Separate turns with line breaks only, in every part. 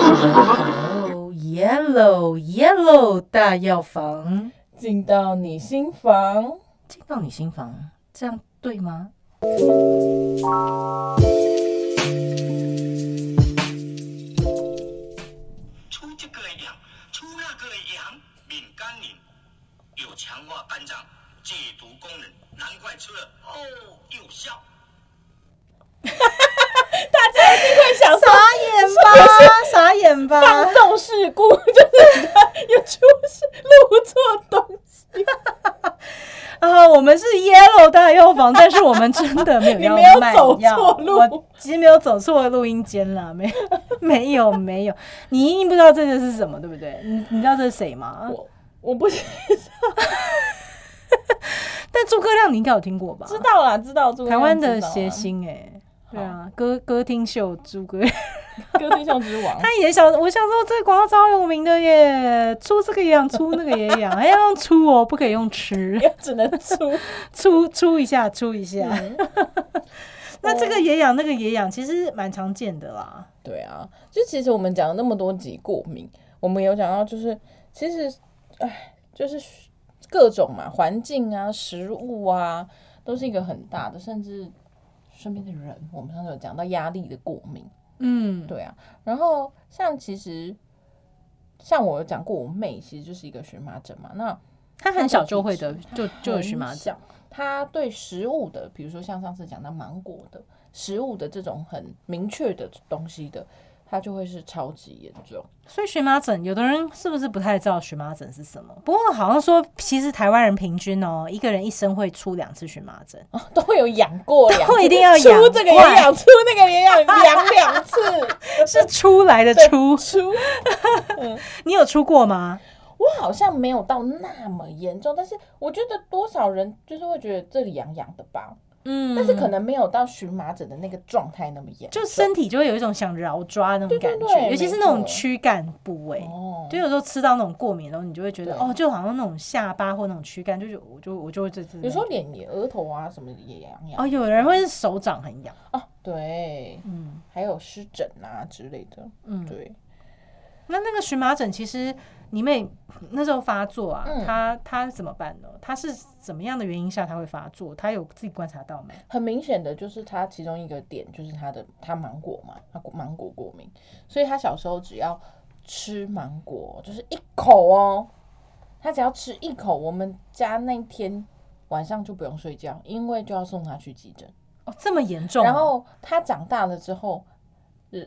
哦，yellow yellow 大药房
进到你心房。
进到你心房，这样对吗？
出这个羊，出那个羊，敏感灵有强化肝脏解毒功能，难怪吃了哦有效。
大家一定会想说
傻，眼 吧，傻眼吧
放，纵事故 就是有出事录错东西，
啊，我们是 yellow 大药房，但是我们真的没有
你没有
要卖
走
药，
错路
我其实没有走错录音间啦，没 没有没有，你一定不知道这个是什么，对不对？你你知道这是谁吗？
我我不知
但诸葛亮你应该有听过吧？
道啦，知道知道
台湾的谐
谐
星哎、对啊，歌歌厅秀诸葛亮，
歌星秀之王，
他也想，我想说这广告超有名的耶，出这个也想，出那个也想，还要用出哦，不可以用吃，
也只能出。
出出一下，出一下。
嗯
那这个也痒，那个也痒，其实蛮常见的啦。
对啊，就其实我们讲了那么多集过敏，我们有讲到就是其实，哎，就是各种嘛，环境啊、食物啊，都是一个很大的，甚至身边的人，我们上次有讲到压力的过敏，
嗯，
对啊。然后像其实像我有讲过，我妹其实就是一个荨麻疹嘛，那
他很小就会得，就就有荨麻
很
疹
小。。他对食物的，比如说像上次讲到芒果的食物的这种很明确的东西的，他就会是超级严重。
所以荨麻疹，有的人是不是不太知道荨麻疹是什么？不过好像说，其实台湾人平均哦，一个人一生会出两次荨麻疹。
都会有养过两次，
都一定要养
出这个也
怪
养，出那个也养，养两次，
是出来的
对
出，
出。
你有出过吗？
我好像没有到那么严重，但是我觉得多少人就是会觉得这里痒痒的吧，
嗯，
但是可能没有到荨麻疹的那个状态那么严重，
就身体就会有一种想挠抓那种
对对
感觉，
对
尤其是
没
那种
错
躯干部位。
哦，
就有时候吃到那种过敏的东西，你就会觉得
对
哦，就好像那种下巴或那种躯干，就就我就我就会这次
有时候脸也额头啊什么也痒痒
哦，有人会是手掌很痒，
啊，对，
嗯
还有湿疹啊之类的，
嗯，
对，
那那个荨麻疹其实你妹那时候发作啊，
嗯
她她怎么办呢？她是怎么样的原因下她会发作？她有自己观察到没？
很明显的就是他其中一个点就是他的他芒果嘛，他果芒果过敏，所以他小时候只要吃芒果，就是一口哦，他只要吃一口，我们家那天晚上就不用睡觉，因为就要送他去急诊。
哦，这么严重啊、
然后他长大了之后，呃，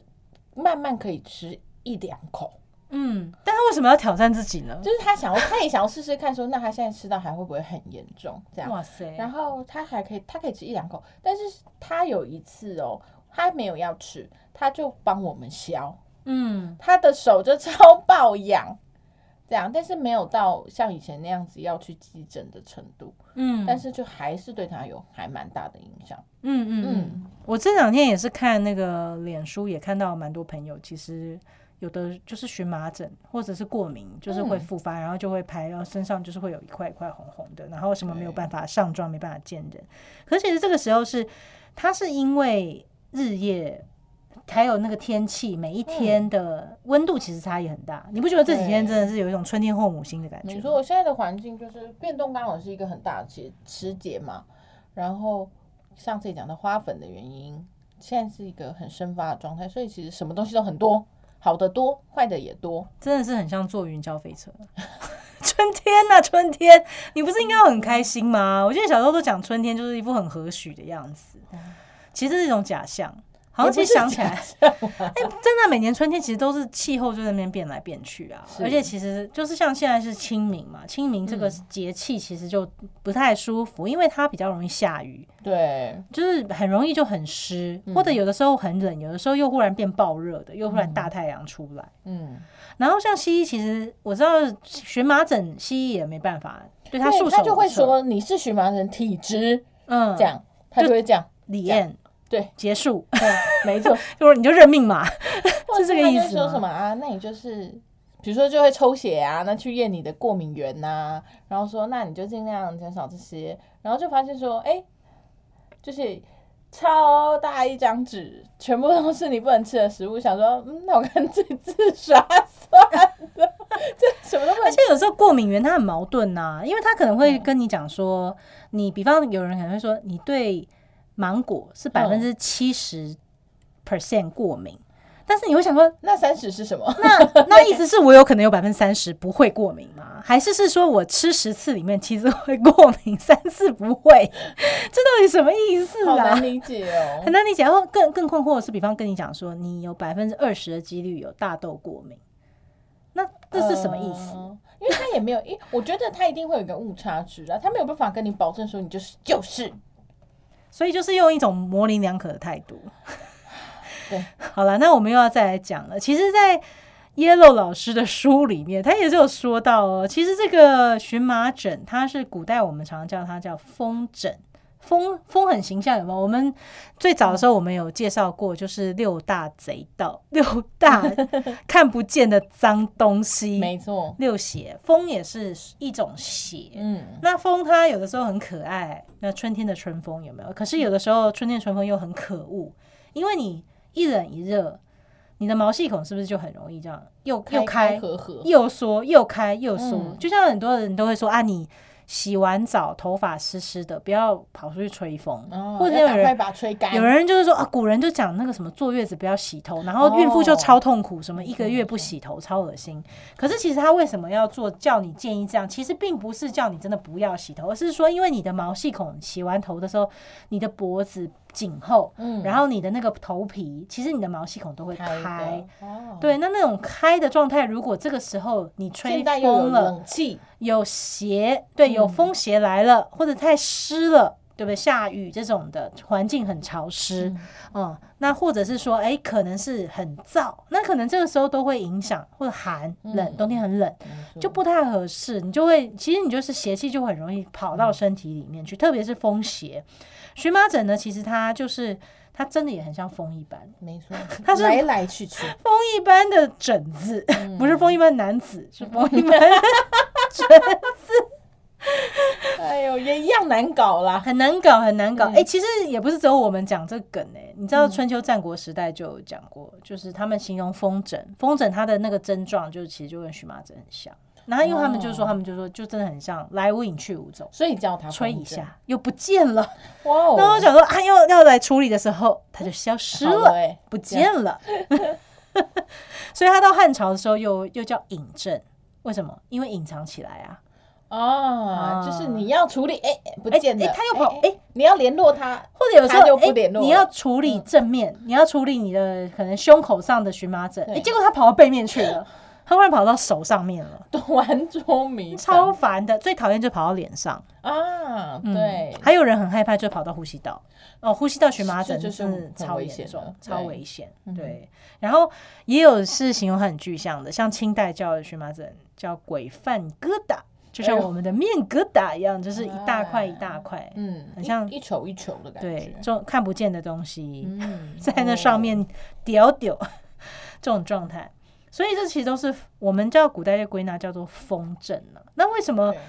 慢慢可以吃一两口，
嗯，但她为什么要挑战自己呢？
就是他想要，他也想要试试看说那他现在吃到还会不会很严重这样？
哇塞，
然后他还可以，他可以吃一两口，但是他有一次哦，他没有要吃，他就帮我们削，
嗯，
他的手就超爆痒，这样，但是没有到像以前那样子要去急诊的程度，
嗯，
但是就还是对他有还蛮大的影响。
嗯嗯嗯
嗯，
我这两天也是看那个脸书，也看到蛮多朋友，其实有的就是荨麻疹或者是过敏，就是会
嗯
复发，然后就会拍，然后身上就是会有一块一块红红的，然后什么没有办法上妆，没办法见人。可是其实这个时候是，它是因为日夜。还有那个天气，每一天的温度其实差异很大，你不觉得这几天真的是有一种春天后母心的感觉
你
吗？
说我现在的环境就是变动，刚好是一个很大的节时节嘛，然后上次也讲到花粉的原因，现在是一个很生发的状态，所以其实什么东西都很多，好的多，坏的也多。
真的是很像坐云霄飞车。 春天呐、春天，你不是应该很开心吗？我记得小时候都讲春天就是一副很和煦的样子，其实是一种假象。好像其实想起来，哎、真的每年春天其实都是气候就在那边变来变去啊，
是
而且其实就是像现在是清明嘛，清明这个节气其实就不太舒服，因为它比较容易下雨，
对，
就是很容易就很湿，或者有的时候很冷，有的时候又忽然变爆热的，又忽然大太阳出来。
嗯，
然后像西医，其实我知道荨麻疹，西医也没办法，对他束手
对他就会
无策，
说你是荨麻疹体质，
嗯，
这样他就 会这样，
李
这样
艳
对，
结束，
对，没错，
就是你就认命嘛，
或
是
者
这个
他
意
就
思
说
吗
什么啊？那你就是。比如说就会抽血啊，那去验你的过敏源呐、然后说那你就尽量减少这些，然后就发现说，哎、就是超大一张纸，全部都是你不能吃的食物，想说，嗯，那我干脆自杀算了， 这什么都不
而
能
且有时候过敏源他很矛盾呐、因为他可能会跟你讲说，你比方有人可能会说，你对芒果是百分
嗯
之七十 percent 过敏，但是你会想说，
那三十是什么？
那 那意思是我有可能有百分之三十不会过敏吗？还是是说我吃十次里面七次会过敏，三次不会？这到底什么意思
好
啊
难？理解哦
很。难理解。然后更更困惑的是，比方跟你讲说，你有百分之二十的几率有大豆过敏，那 这是什么意思？
呃因为他也没有，因为我觉得他一定会有一个误差值啊，他没有办法跟你保证说你就是就是。
所以就是用一种模棱两可的态度。
对，
好了，那我们又要再来讲了。其实，在 Yellow 老师的书里面，他也是有说到哦，其实这个荨麻疹，它是古代我们常叫它叫风疹。风风很形象，有没有？我们最早的时候，我们有介绍过，就是六大贼盗， 六大看不见的脏东西，
没错，
六邪。风也是一种邪，
嗯，
那风它有的时候很可爱，那春天的春风有没有？可是有的时候春天的春风又很可恶，因为你一冷一热，你的毛细孔是不是就很容易这样又又
开
开
合合，
又缩又开又缩？
嗯
就像很多人都会说啊，你洗完澡头发湿湿的，不要跑出去吹风，
哦
或者
要
有
赶快
人。
把它吹干。
有人就是说啊，古人就讲那个什么坐月子不要洗头，然后孕妇就
哦嗯
超痛苦，什么
没
一
错
个月
没
不
错
洗头超恶心。可是其实他为什么要做叫你建议这样？其实并不是叫你真的不要洗头，而是说因为你的毛细孔洗完头的时候，你的脖子、颈后，
嗯
然后你的那个头皮，其实你的毛细孔都会
开
开
的。，哦，
对，那那种开的状态，如果这个时候你吹
现在又有
风了，
冷气，
有邪，对，有风邪来了，或者太湿了，对不对？下雨这种的环境很潮湿，嗯，那或者是说，哎，可能是很燥，那可能这个时候都会影响，或者寒冷，
嗯
冬天很冷，就不太合适，你就会，其实你就是邪气就很容易跑到身体里面去，特别是风邪。荨麻疹呢，其实它就是它真的也很像风一般，
没错，
它是
来来 去去，
风一般的疹子， 不是风一般的男子，是风一般
哎呦，也一样难搞啦。
很难搞，很难搞。哎、
嗯
其实也不是只有我们讲这梗哎、你知道春秋战国时代就有讲过，就是他们形容风疹，风疹它的那个症状，就是其实就跟荨麻疹很像。然后因为他们就说，
哦
他们就说，就真的很像，来无影去无踪，
所以叫他
吹一，下又不见了。
哇哦，
然后我想说，啊，要要来处理的时候，它就消失
好
了，
哎，
不见了。 所以它到汉朝的时候又又叫隐症，为什么？因为隐藏起来啊。
啊，就是你要处理，哎，哎不
哎
见
哎
了，
他又跑哎
你要联络他，
或者有时候
他就不
诶
联络
你
了嗯
要处理正面，你要处理你的可能胸口上的荨麻疹，哎、
对
结果他跑到背面去 了，他忽然跑到手上面了，
玩捉迷藏
超烦的。最讨厌就跑到脸上，
啊，
嗯
对，
还有人很害怕就跑到呼吸道，哦，呼吸道荨麻疹
这就是
是
很
超
危
严
险
重
的，
超
对
危险。
嗯哼
对，然后也有是形容很具象的，像清代叫的荨麻疹叫鬼犯疙瘩，就像
哎呦哎
我们的面疙瘩一样，就是一大块一大块，
嗯，
很
一
像
一球一球的感
对
觉，，
这种看不见的东西。
嗯，
在那上面屌屌这种状态。所以这其实都是我们叫古代就归纳叫做风症了、那为什
哦
么
对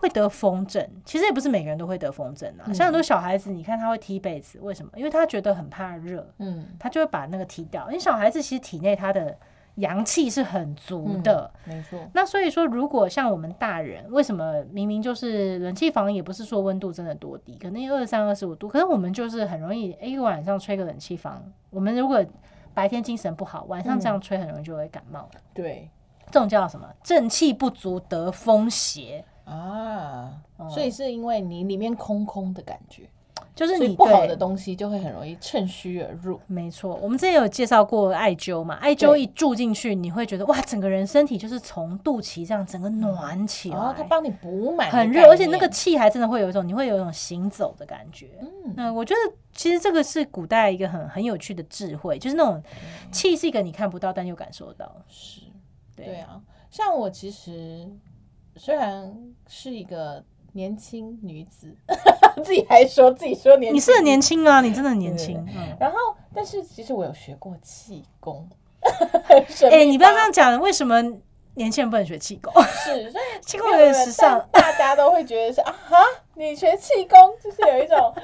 会得风症？其实也不是每个人都会得风症啊。像很多小孩子，你看他会踢被子，为什么？因为他觉得很怕热，
嗯，
他就会把那个踢掉。因为小孩子其实体内他的阳气是很足的，
没错，
那所以说，如果像我们大人，为什么明明就是冷气房，也不是说温度真的多低，可能二三二十五度，可是我们就是很容易诶一个晚上吹个冷气房，我们如果白天精神不好，晚上这
嗯
样吹很容易就会感冒。
对
这种叫什么？正气不足得风邪，
啊，
哦
所以是因为你里面空空的感觉，
就是
所以
你
不好的
对
东西就会很容易趁虚而入，
没错，我们之前有介绍过艾灸嘛，艾灸
对
一住进去，你会觉得哇，整个人身体就是从肚脐这样整个暖起来，
然后哦它帮你补满，
很热，而且那个，气还真的会有一种，你会有一种行走的感觉。
嗯
那我觉得其实这个是古代一个很很有趣的智慧，就是那种
嗯
气是一个你看不到但又感受到。
是，
对
对啊，像我其实虽然是一个年轻女子， 自己还说自己说年轻，
你是很年轻啊，你真的很年轻。嗯
然后，但是其实我有学过气功， 哎、
哎、你不要这样讲，为什么年轻人不能学气功？
是，所以
气功有点时尚
但大家都会觉得是啊哈，你学气功就是有一种， 就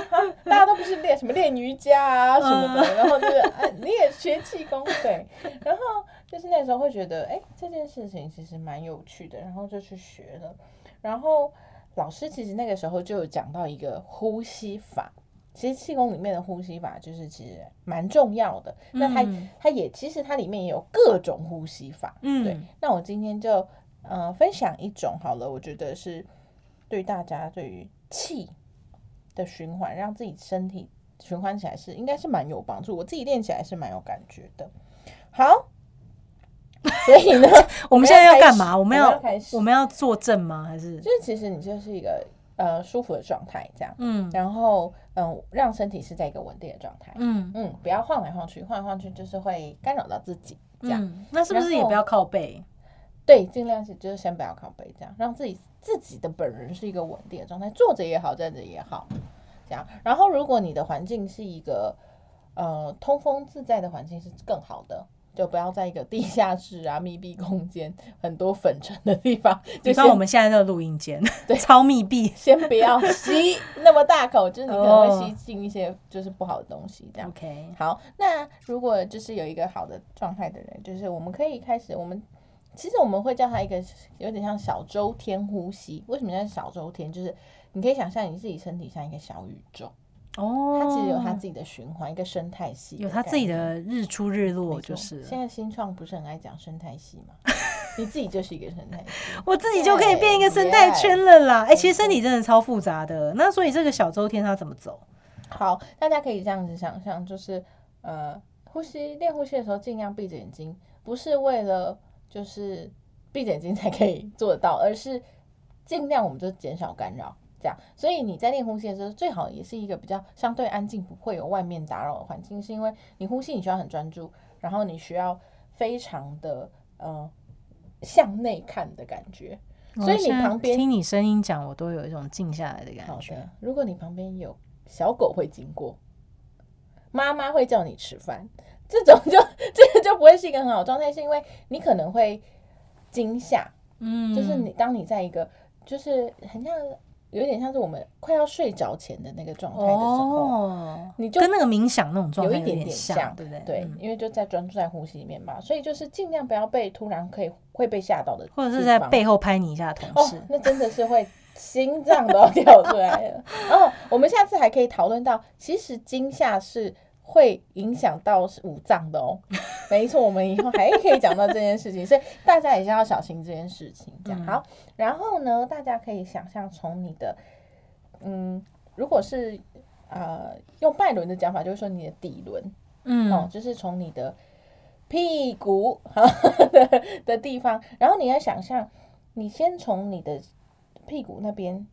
是哈大家都不是练什么练瑜伽啊什么的，然后就是啊你也学气功对，然后就是那时候会觉得哎、这件事情其实蛮有趣的，然后就去学了，然后老师其实那个时候就有讲到一个呼吸法。其实气功里面的呼吸法就是其实蛮重要的，那它
嗯
它也其实它里面也有各种呼吸法，对
嗯，，
那我今天就呃分享一种好了，我觉得是对大家对于气的循环，让自己身体循环起来是应该是蛮有帮助，我自己练起来是蛮有感觉的。好，所以呢，
我们现在要
开
干
始
嘛？我们
要
要
开始，
我们要作证吗？还是
就是其实你就是一个呃舒服的状态这样，
嗯
然后嗯、呃让身体是在一个稳定的状态，
嗯
嗯，不要晃来晃去，晃来晃去就是会干扰到自己这样。
嗯，那是不是也不要靠背？
对，尽量是就是先不要靠背，这样让自己自己的本人是一个稳定的状态，坐着也好，站着也好，这样。然后，如果你的环境是一个呃通风自在的环境，是更好的。就不要在一个地下室啊、密闭空间、很多粉尘的地方，就
比
先
方我们现在这个录音间， 超密闭。
先不要吸那么大口，就是你可能
哦
会吸进一些就是不好的东西，这样。
OK，
好，那如果就是有一个好的状态的人，就是我们可以开始，我们其实我们会叫他一个有点像小周天呼吸。为什么叫小周天？就是你可以想象你自己身体像一个小宇宙，
哦，
它其实有它自己的循环，一个生态系，
有他自己。的日出日
没
落，
错
就是了
现在新创不是很爱讲生态系吗？ 你自己就是一个生态系，
我自己就可以变一个生态圈了啦。哎、其实身体真的超复杂的，那所以这个小周天他怎么走？
好，大家可以这样子想象，就是呃，呼吸练呼吸的时候尽量闭着眼睛，不是为了就是闭着眼睛才可以做得到，而是尽量我们就减少干扰。这样，所以你在练呼吸的时候，最好也是一个比较相对安静，不会有外面打扰的环境，是因为你呼吸你需要很专注，然后你需要非常的呃向内看的感觉。所以你
哦我现在
旁边
听你声音讲，我都有一种静下来的感
好
觉
的。，如果你旁边有小狗会经过，妈妈会叫你吃饭，这种就 这个就不会是一个很好的状态，是因为你可能会惊吓，
嗯，
就是你当你在一个就是很像有点像是我们快要睡着前的那个状态的时候，
哦，
你就
跟那个冥想那种状
有
态
一点
点
点像
对不对？
对，
嗯
因为就在专注在呼吸里面嘛，所以就是尽量不要被突然可以会被吓到的地方，
或者是在背后拍你一下的同
哦
事，，
那真的是会心脏都要跳出来了。哦，我们下次还可以讨论到，其实惊吓是会影响到五脏的 哦。没错，我们以后还可以讲到这件事情，所以大家也是要小心这件事情。这样、
嗯
好，然后呢，大家可以想象从你的，嗯，如果是呃用拜伦的讲法，就是说你的底轮，哦，
嗯，
就是从你的屁股的的地方，然后你要想象，你先从你的屁股那边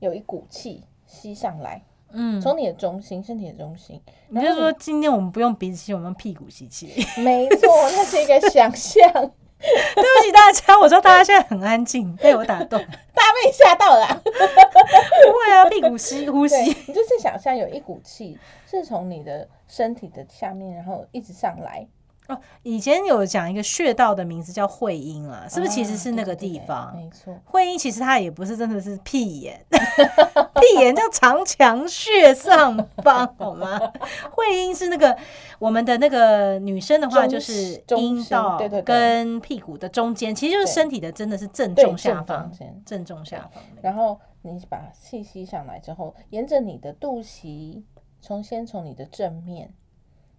有一股气吸上来，
嗯，
从你的中心，身体的中心，
你
然
就
后
说今天我们不用鼻子吸，我们用屁股吸气。 对
没错，那是一个想象，
不起大家，我知道大家现在很安静，被我打动。
大家被吓到了啊、
不会啊，屁股吸呼吸
对，你就是想象有一股气是从你的身体的下面，然后一直上来，
哦，以前有讲一个穴道的名字叫会阴啊，是不是其实
啊
是那个
对
地
对
方？
没错，
会阴其实它也不是真的是屁眼， 屁眼叫长强穴上方，好吗？ 会阴是那个我们的那个女生的话，
中
就是
中
阴
心
道
对对对
跟屁股的中间，其实就是
对
身体的真的是正
对
中下
正
方
中，间
正中下方那个。
然后你把气吸上来之后，沿着你的肚脐，从先从你的正面，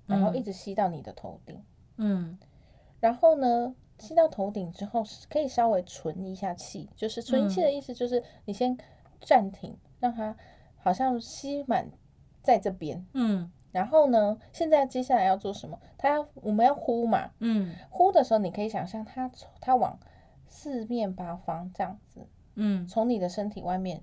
然后一直吸到你的头顶，
嗯
然后呢，吸到头顶之后，可以稍微存一下气，就是存气的意思就是你先暂停，让它好像吸满在这边。
嗯
然后呢，现在接下来要做什么？它要我们要呼嘛，
嗯
呼的时候你可以想象它从它往四面八方这样子，
嗯
从你的身体外面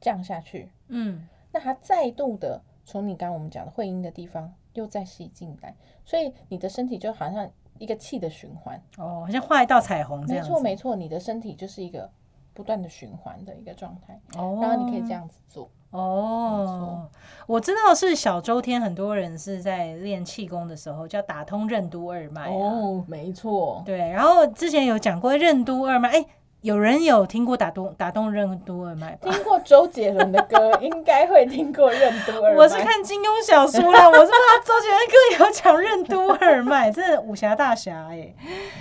降下去，
嗯
那它再度的从你刚刚我们讲的会阴的地方又再吸进来，所以你的身体就好像一个气的循环。
哦，好像画一道彩虹这
没
样子。
错，没错，你的身体就是一个不断的循环的一个状态，
哦，
然后你可以这样子做。
哦，我知道是小周天，很多人是在练气功的时候叫打通任督二脉、啊。
哦，没错，
对，然后之前有讲过任督二脉，哎，有人有听过打动打动任督二脉吧？
听过周杰伦的歌，应该会听过任督二 脉。
我是看金庸小说啦， 我是不知道周杰伦歌有讲任督二脉，真的武侠大侠哎、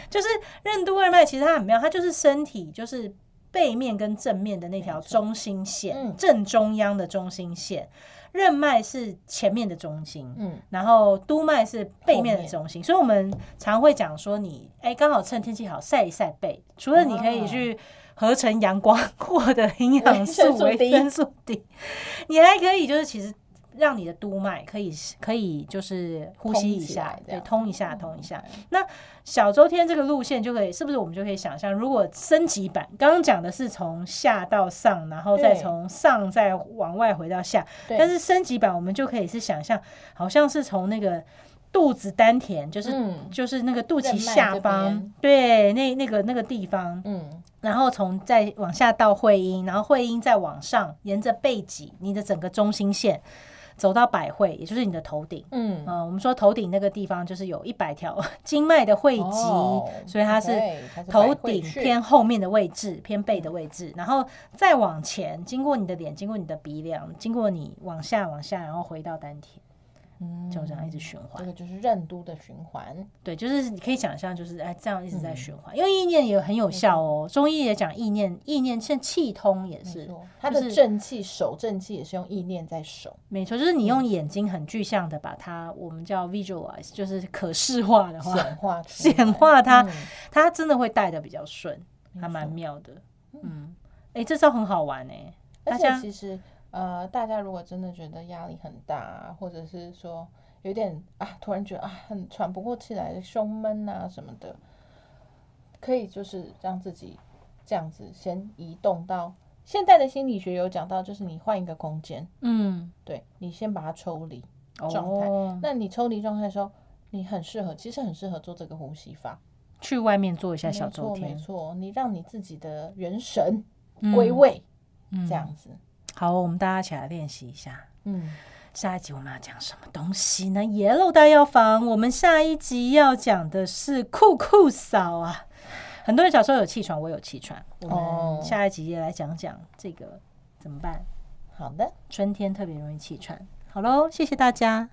就是任督二脉，其实它很妙，它就是身体就是背面跟正面的那条中心线，
嗯
正中央的中心线，任脉是前面的中心，
嗯，
然后督脉是背面
后
的
面
中心，所以我们常会讲说你，哎，刚好趁天气好晒一晒背。除了你可以去合成阳光 获得营养素、
哦维生素 D
维生素 D，你还可以就是其实让你的督脉可以可以就是呼吸一下
通起来，这
对，
样嗯
通一下，通一下。那小周天这个路线就可以，是不是我们就可以想象，如果升级版，刚刚讲的是从下到上，然后再
对
从上再往外回到下，
对
但是升级版我们就可以是想象，好像是从那个肚子丹田，就是、
嗯
就是那个肚
任
脐
脉
下
这
方
边，
对，那那个那个地方，
嗯，
然后从再往下到会阴，然后会阴再往上，沿着背脊，你的整个中心线走到百会，也就是你的头顶。
嗯
嗯，我们说头顶那个地方就是有一百条 经脉的汇集，
哦
所以它是
对它是
头
百会
顶
穴
偏后面的位置，偏背的位置，然后再往前，经过你的脸，经过你的鼻梁，经过你往下往下，然后回到丹田，
嗯
就这样一直循环。
这个就是任督的循环。
对，就是你可以想象，就是哎这样一直
嗯
在循环，因为意念也很有效哦。中医也讲意念，意念现气通也
没
是
错，它
就
的
是
正气守正气也是用意念在守。
没错，
嗯
就是你用眼睛很具象的把它，我们叫 visualize，就是可视化的话，
显化出来
显化它，
嗯
它真的会带的比较顺，还蛮妙的。嗯，哎、这招很好玩哎、大
而
家
且其实呃，大家如果真的觉得压力很大啊，或者是说有点啊，突然觉得啊很喘不过气来、胸闷啊什么的，可以就是让自己这样子先移动到现代的心理学有讲到，就是你换一个空间，
嗯，
对你先把它抽离。状态
哦，
那你抽离状态的时候，你很适合，其实很适合做这个呼吸法。
去外面做一下
没
小周
错，没
天，
错，你让你自己的元神
嗯
归位，
嗯
这样子。
好，我们大家一起来练习一下。
嗯，
下一集我们要讲什么东西呢？Yellow 大药房，我们下一集要讲的是酷酷嫂啊。很多人小时候有气喘，我有气喘，我
哦
们下一集也来讲讲这个怎么办？
好的。
春天特别容易气喘。好喽，谢谢大家。